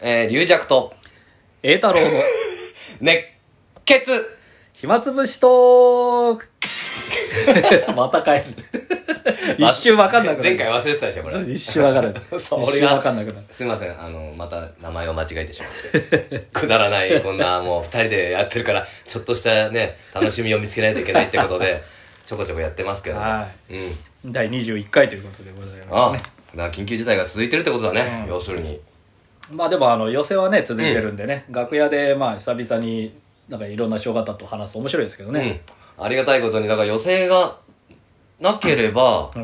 えー、龍弱と、栄太 郎の熱血暇つぶしトー クまた帰る。一瞬わかんなくな前る。回忘れてたでしょ、これ。一瞬わかんなくな る。そう、一俺瞬がわかんなくなる。すいません、あの、また名前を間違えてしまって。 くだらない、こんな、もう二人でやってるから、ちょっとしたね、楽しみを見つけないといけないってこと で、ちょこちょこやってますけど。はうん。第21回ということでございます。ああ、な緊急事態が続いてるってことだね、うん要するに。まあでもあの、寄せはね、続いてるんでね、楽屋でまあ久々になんかいろんな人方と話すと面白いですけどね。うん。ありがたいことに、だから予定がなければ、はい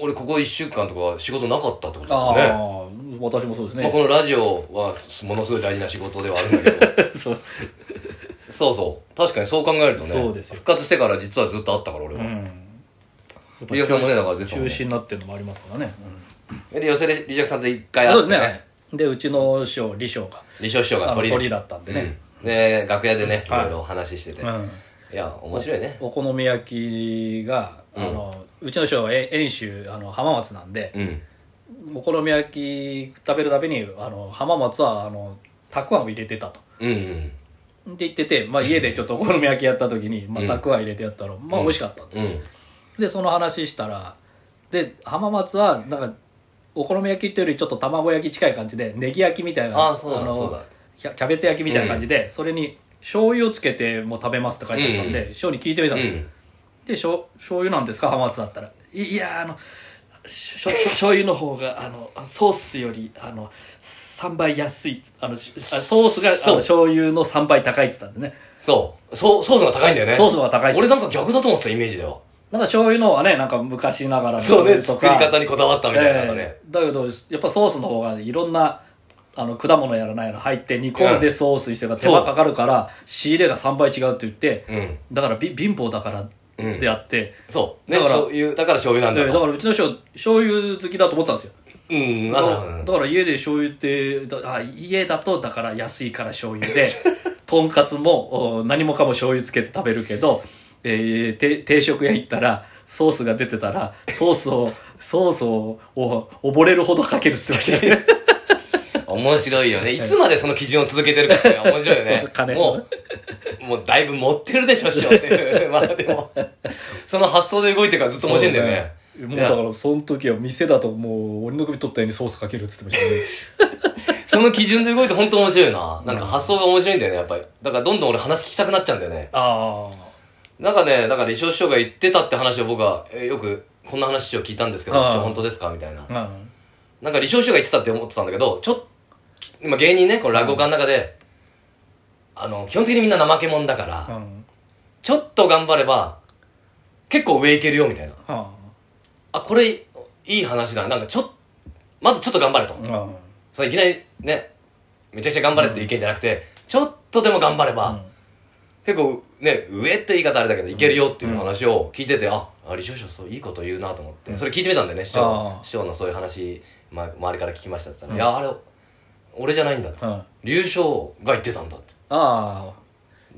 俺ここ1週間とか仕事なかったってことだあよあ、ね。私もそうですね。まあ、このラジオはものすごい大事な仕事ではあるんだけどそうそうそう確かにそう考えるとねそうですよ復活してから実はずっとあったから俺うは、ん。リアクションもねだから出てた中もんね止になってるのもありますからね。うんで寄せでリジャクさんと一回そ会うってですねね。で、うちの師匠、李翔が、李承師匠があの鳥鳥だったんでね。うんで楽屋でねいはいろいろお話ししてて、うんいや面白いねお好み焼きが、あのうちの師匠はえ遠州あの浜松なんで、うんお好み焼き食べるたびにあの浜松はあのたくあんを入れてたと。うんうんって言ってて、まあ、家でちょっとお好み焼きやった時に、まあ、たくあん入れてやったら、まあうん美味しかったと、うんでその話したらで浜松はなんかお好み焼きっていうよりちょっと卵焼き近い感じでネギ焼きみたいなあそうだのそうだキャキャベツ焼きみたいな感じで、それに醤油をつけても食べますって書いてあったんで、師匠に聞いてみたうんですよ、んでしょ醤油なんですか浜松だったらいいやあのしょしょ醤油の方があのソースよりあの3倍安いあのしあソースがあそうの醤油の3倍高いって言ったんでねそうそうソースが高いんだよねソースが高いって俺なんか逆だと思ってたイメージだよなんか醤油の方はねなんか昔ながらのそうねと作り方にこだわったみたいなのがねえ、えだけどやっぱソースの方がいろんなあの果物やらないやら入って煮込んでソースにしてが手間かかるから仕入れが3倍違うって言ってだからび貧乏だからうんであって、うんそうねだから醤油だから醤油なんええだだかとらうちの人醤油好きだと思ってたんですようんだあかとらだから家で醤油ってだあ家だとだから安いから醤 油でとんかつもお何もかも醤油つけて食べるけど、えーて定食屋行ったらソースが出てたらソースをソースをお溺れるほどかけるって言ってましたね面白いよね。いつまでその基準を続けてるかって面白いよ そうね。金もう、もうだいぶ持ってるでしょ、師匠って いう。まあでも、その発想で動いてるからずっと面白いんだよね。そうもうだからその時は店だともう鬼の首取ったようにソースかけるって言ってましその基準で動いて本当面白いな。なんか発想が面白いんだよね、やっぱり。だからどんどん俺話聞きたくなっちゃうんだよね。たねああなんかね、だから李承師匠が言ってたって話を僕は、えよく、こんな話師匠聞いたんですけど、あー師匠本当ですかみたいな。うんなんか李承師匠が言ってたって思ってたんだけど、ちょっ、今芸人ね、この落語家の中で、あの、基本的にみんな怠け者だから、うんちょっと頑張れば、結構上いけるよ、みたいな。はあ、これ、いい話だ。なんかちょっ、まずちょっと頑張れと。あうんそれいきなりね、めちゃくちゃ頑張れっていう意見じゃなくて、ちょっとでも頑張れば、結構ね、上って言い方あれだけど、いけるよっていう話を聞いてて、あ、あ、李承師匠そう、いいこと言うなと思って、それ聞いてみたんだよね、師匠あの。あ師匠のそういう話、ま、周りから聞きましたって言ったうら、いや、あれ、俺じゃないんだって。うんあ劉翔が言ってたんだって。あ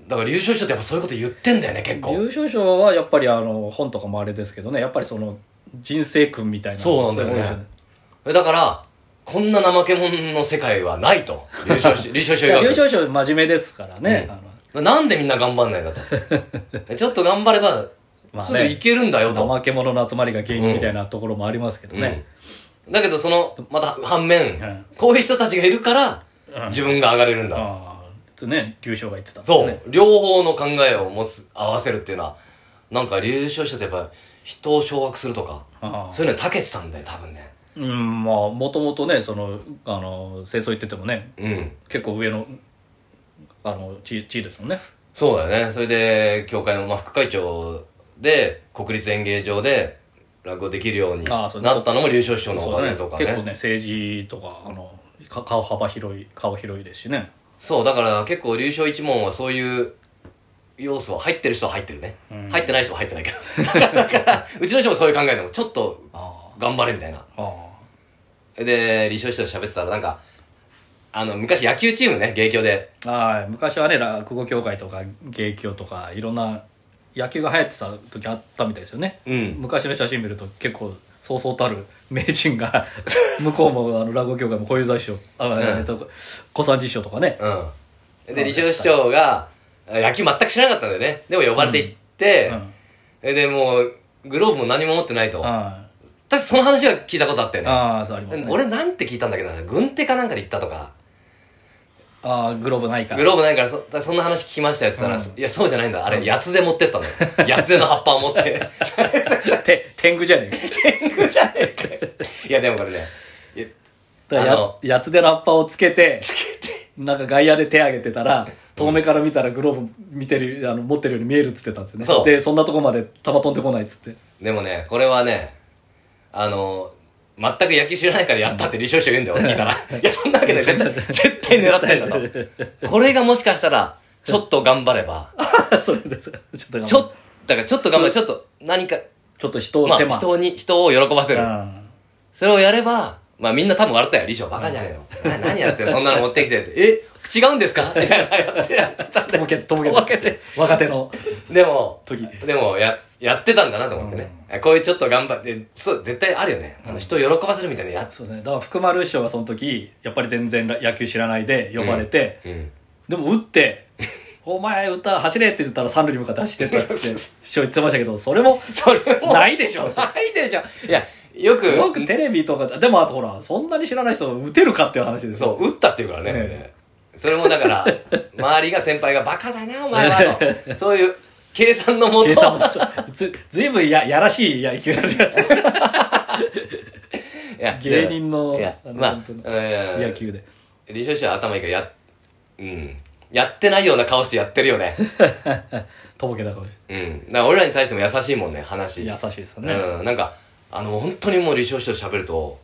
だから劉翔師匠ってやっぱそういうこと言ってんだよね、結構。優勝賞はやっぱりあの本とかもあれですけどねやっぱりその人生訓みたいなそうなんだよねそういうことえだから、こんな怠け者の世界はない と。優勝し、優勝しですよねよ優勝賞真面目ですからね、うんあのなんでみんな頑張んないん だと。ちょっと頑張れば、まあねすぐいけるんだよと。怠け者の集まりが原因みたいなところもありますけどね、うんだけど、その、また反面、うんこういう人たちがいるから、うん自分が上がれるんだ。ああね優勝が言ってたんですそよう、ね両方の考えを持つ、合わせるっていうのは、なんか、優勝者ってやっぱ、人を掌握するとか、ああそういうのに長けてたんだよ、多分ね。うんまあもともとねそのあの戦争行っててもねうん。結構上のあの地地位ですもんねそうだよね。それで、協会の、まあ、副会長で、国立演芸場で、落語できるようにあなあっそうたのも、優勝師匠のおそうかだげねとか結構ね。ね政治とかあのか顔幅広い顔広いですしねそう、だから結構、優勝一門はそういう要素は入ってる人は入ってるね。うん入ってない人は入ってないけど。 だから、うちの人もそういう考えでも、ちょっとあ頑張れみたいな。ああで、優勝師匠と喋ってたら、なんか、あの、昔野球チームね、芸協で。ああ昔はね落語協会とか芸協とかいろんな野球が流行ってた時あったみたいですよねうん。昔の写真見ると結構そうそうたる名人が 向こうもあの落語協会も小遊三師匠あ、えっと小三治師匠とかねうんで李承師匠が野球全く知らなかったんだよねでも呼ばれていって、えでもうグローブも何も持ってないとうん、確あかその話は聞いたことあったよねあそうありますね俺なんて聞いたんだっけど軍手かなんかで行ったとかああグローブないかグローブないからそそんな話聞きましたよって言ったら、ういやそうじゃないんだあれ八つで持ってった んだよ八つでの葉っぱを持って て天狗じゃねえか天狗じゃねえかよいやでもこれねいやだからあやのやつでラッパをつけてなんか外野で手挙げてたら遠目から見たらグローブ見てるあの持ってるように見えるっつってたんですよねそうでそんなとこまで球飛んでこないっつってでもねこれはねあの全く野球知らないからやったって李承師匠言うんだよ俺聞い たらいやそんなわけない絶対絶対狙ってんだ とこれがもしかしたらちょっと頑張れば それですちょっと頑張るちょっだからちょっと頑張れちょっと何かちょっと人をま手あ間、人に人を喜ばせるうんそれをやれば、まあみんな多分笑ったよ。李翔バカじゃねえの。な何やってんのそんなの持ってきてって。え違うんです かみたいなやってやってたんとで。ぼけてとぼとぼけけてて若手のでも、時でもや、やってたんだなと思ってね。こういうちょっと頑張って、そう、絶対あるよね。あの人を喜ばせるみたいなやつ。そうねだから福丸師匠がその時やっぱり全然野球知らないで呼ばれて、うん。でも打って「お前歌走れ」って言ったら三塁に向かって走ってったって師匠言ってましたけどそれもそれも。ないでしょないでしょ。いや、よく、よくテレビとかでもあとほらそんなに知らない人打てるかっていう話ですよそう、打ったっていうからね。えそれもだ から、周りが先輩がバカだな、お前は。とそういう、計算のもと計。算もずずいぶんややらしい野球なんですよいや芸人のいやあのまあ本当のうん野球で李承師は頭いいからや,、うん、やってないような顔してやってるよ ねとぼけたかもしうんだから俺らに対しても優しいもんね話れない優しいですよね、うん、なんかあの本当にもう李承師と喋ると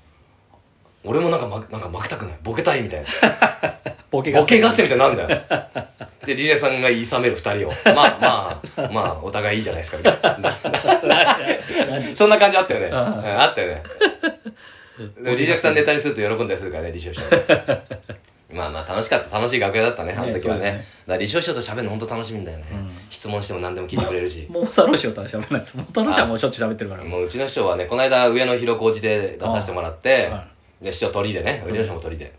俺もなんか,、ま、なんか負けたくないボケたいみたいなボケボケ合戦みたいになるんだよでリレさんが言いさめる二人をまあまあまあお互いいいじゃないですかみたいなそんな感じあったよね、うん、ああったよねでもリージャクさんネタにすると喜んだりするからね李承師匠まあまあ楽しかった楽しい楽屋だったねあの時はねそうねですねだから李承師匠と喋るの本当楽しみんだよね、うん質問しても何でも聞いてくれるし、桃太郎師匠とは喋らないです桃太郎師匠はもうしょっちゅう喋ってるからもううちの師匠はねこの間上野広小路で出させてもらって、はで師匠鳥居でねうちの師匠も鳥居で、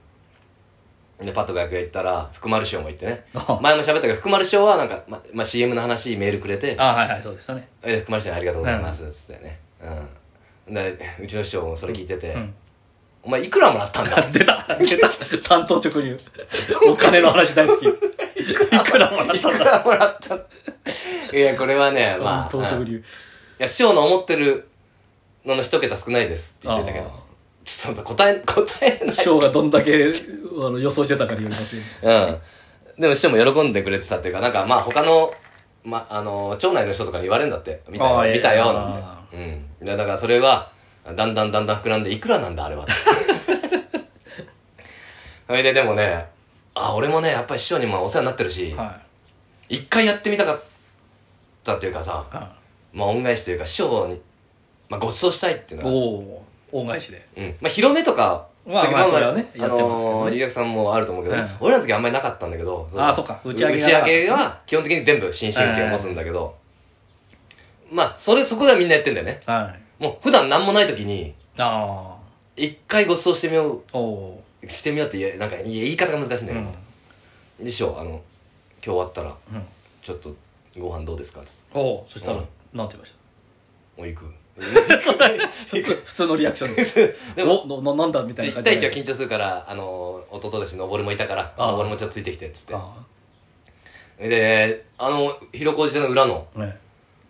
でパッと楽屋行ったら福丸師匠も行ってねあ前も喋ったけど福丸師匠はなんか、ままあ、CM の話メールくれてあはいはいそうでしたねえ福丸師匠ありがとうございます」っつってね、うん、でうちの師匠もそれ聞いてて「うんお前いくらもらったんだ」 出た出た担当直入お金の話大好き いくらもらっいたんくだらもらったんだいやこれは ねま担あ、当う直んい入や師匠の思ってるのの一桁少ないですって言ってたけどあーちょっと答え答えない師匠がどんだけあの予想してたかによりますようん。でも師匠も喜んでくれてたっていうか、なんかまあ他の、ま、あの、町内の人とかに言われるんだって。見たああよ、見たええよ、あなんて。うん。でだからそれは、だんだんだんだん膨らんで、いくらなんだ、あれは。 それででもね、あ、俺もね、やっぱり師匠にもお世話になってるし、は一回やってみたかったっていうかさ、いまあ恩返しというか、師匠に、まあご馳走したいっていうおのは、おー恩返しでうん。まあ広めとか、まあまあそれはねあやってますけどねのー、リラクさんもあると思うけど、うん俺らの時あんまりなかったんだけど、ああそっか打打ちち上上げげがなかったは基本的に全部新真打ちが持つんだけど、まあそれそこではみんなやってんだよねはいもう普段何もない時にあ一回ご馳走してみよあおおうしてみようって言えなんか言い方が難しいんだーうけんど、でしょあの今日終わったらうんちょっとご飯どうですかっつっておおそしたうらんなんて言いまし「もう行く」た普通普通のリアクション ですでもおなななんだみたいな1感対じ1は緊張するからあの弟だし登もいたからあー登もちょっとついてきてっつってあであの広小路の裏のあね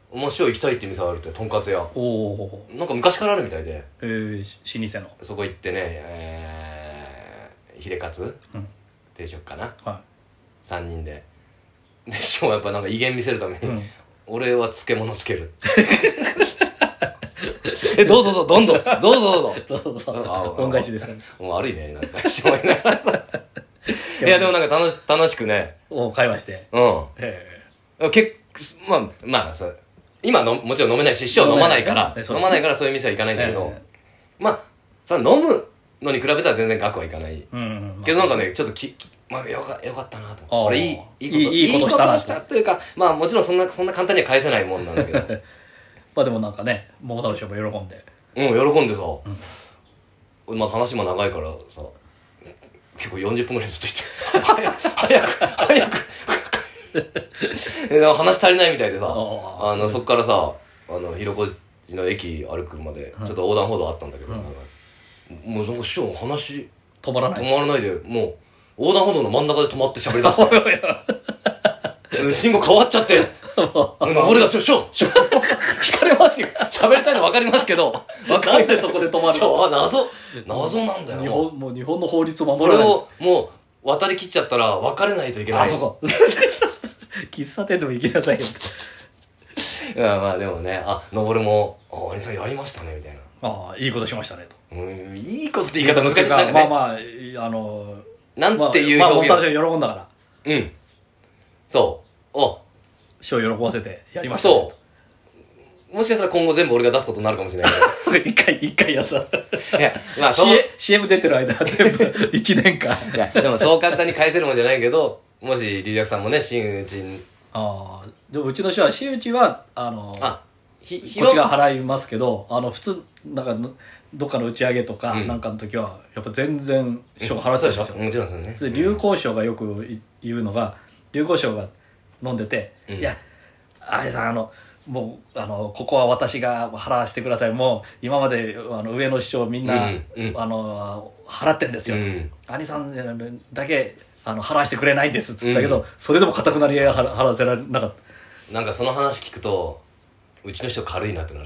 面白い行きたいって店があるってとんかつ屋おおなんか昔からあるみたいでえーし老舗のそこ行ってね、えー、ヒレカツうん定食かなは3人ででしかもやっぱなんか威厳見せるためいに、うん俺は漬物つける えどうぞどうぞどんどんどうぞどうぞそうそうそうあ あ恩返しですからもう悪いねなんかしょうがない いやでもなんか楽し楽しくねお会話してうえん結まあまあさ今のもちろん飲めないし師匠飲まないから飲めないですねえそう飲まないからそういう店は行かなえいんだけど、えまあさ飲むのに比べたら全然額はいかないえうんうんけどなんかねちょっとききまあよかよかったなとあー俺いいいいこといいいいことしたなとというかまあもちろんそんなそんな簡単には返せ ないもんなんだけどまあでもなんかね桃太郎師匠も喜んでうん喜んでさ、まあ話も長いからさ結構40分ぐらいずっと言って早く早く早くでなんか話足りないみたいでさあああのそっからさあの広小路の駅歩くまでちょっと横断歩道あったんだけど、うんなんかもうなんか師匠話止まらないし止まらないでもう横断歩道の真ん中で止まって喋り出して うん信号変わっちゃって。うん俺が、しょ、しょ、しょ、聞かれますよ。喋りたいの分かりますけど、分かなるんでそこで止まるのそう、謎、謎なんだよ。日も本もう日本の法律をうこ守れらないを、もう、渡り切っちゃったら、別れないといけない。あそこ 喫茶店でも行きな さいよいや、まあでもね、あ、登るも、あ、兄さんやりましたね、みたいな。ああいいことしましたねとうん、いいことって言い方難しい。なまあんかね、まあまああのなんていうまあ、まあ、表モンタ現。ージュは喜んだかうらん。そう。あ、師匠を喜ばせてやりましたねとそう。もしかしたら今後全部俺が出すことになるかもしれないけそ れ一回一回や った ど。いや、まあそう。 CM, CM 出 てる間全部1年間いやでもそう簡単に返せるもんじゃないけどもし龍薬さんもね真打ちにああでもうちの師匠は真打ちはあのあひひこっちが払いますけどあの普通なんかのどっかの打ち上げとか、うんなんかの時はやっぱ全然師匠が払ってたんですそうよでしょもちろんそうですでね流行賞がよくい言うのが流行賞が飲んでて「うんいやあれさんあのもうあのここは私が払わせてくださいもう今まであの上の市長みんな、うんうんあの払ってんですうよ」とん兄さんだけあの払わせてくれないんです」っつったけど、それでもかたくなり払払わせられなかっなんかその話聞くとうちの人軽いなってなる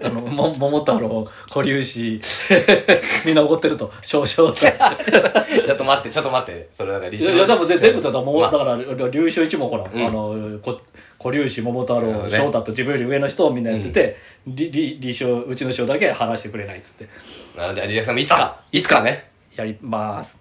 た「あのも桃太郎古流 氏みんな怒ってると少々」ちょっと待ってちょっと待ってそれなんかいやいやでもぜ全部だともう、まあだから竜将一もほら、んあのこ古竜子桃太なるほ郎、どね翔太と自分より上の人をみんなやってて、りり李翔うちの翔だけ話してくれないっつってなので龍薬さんもいつかいつかねやります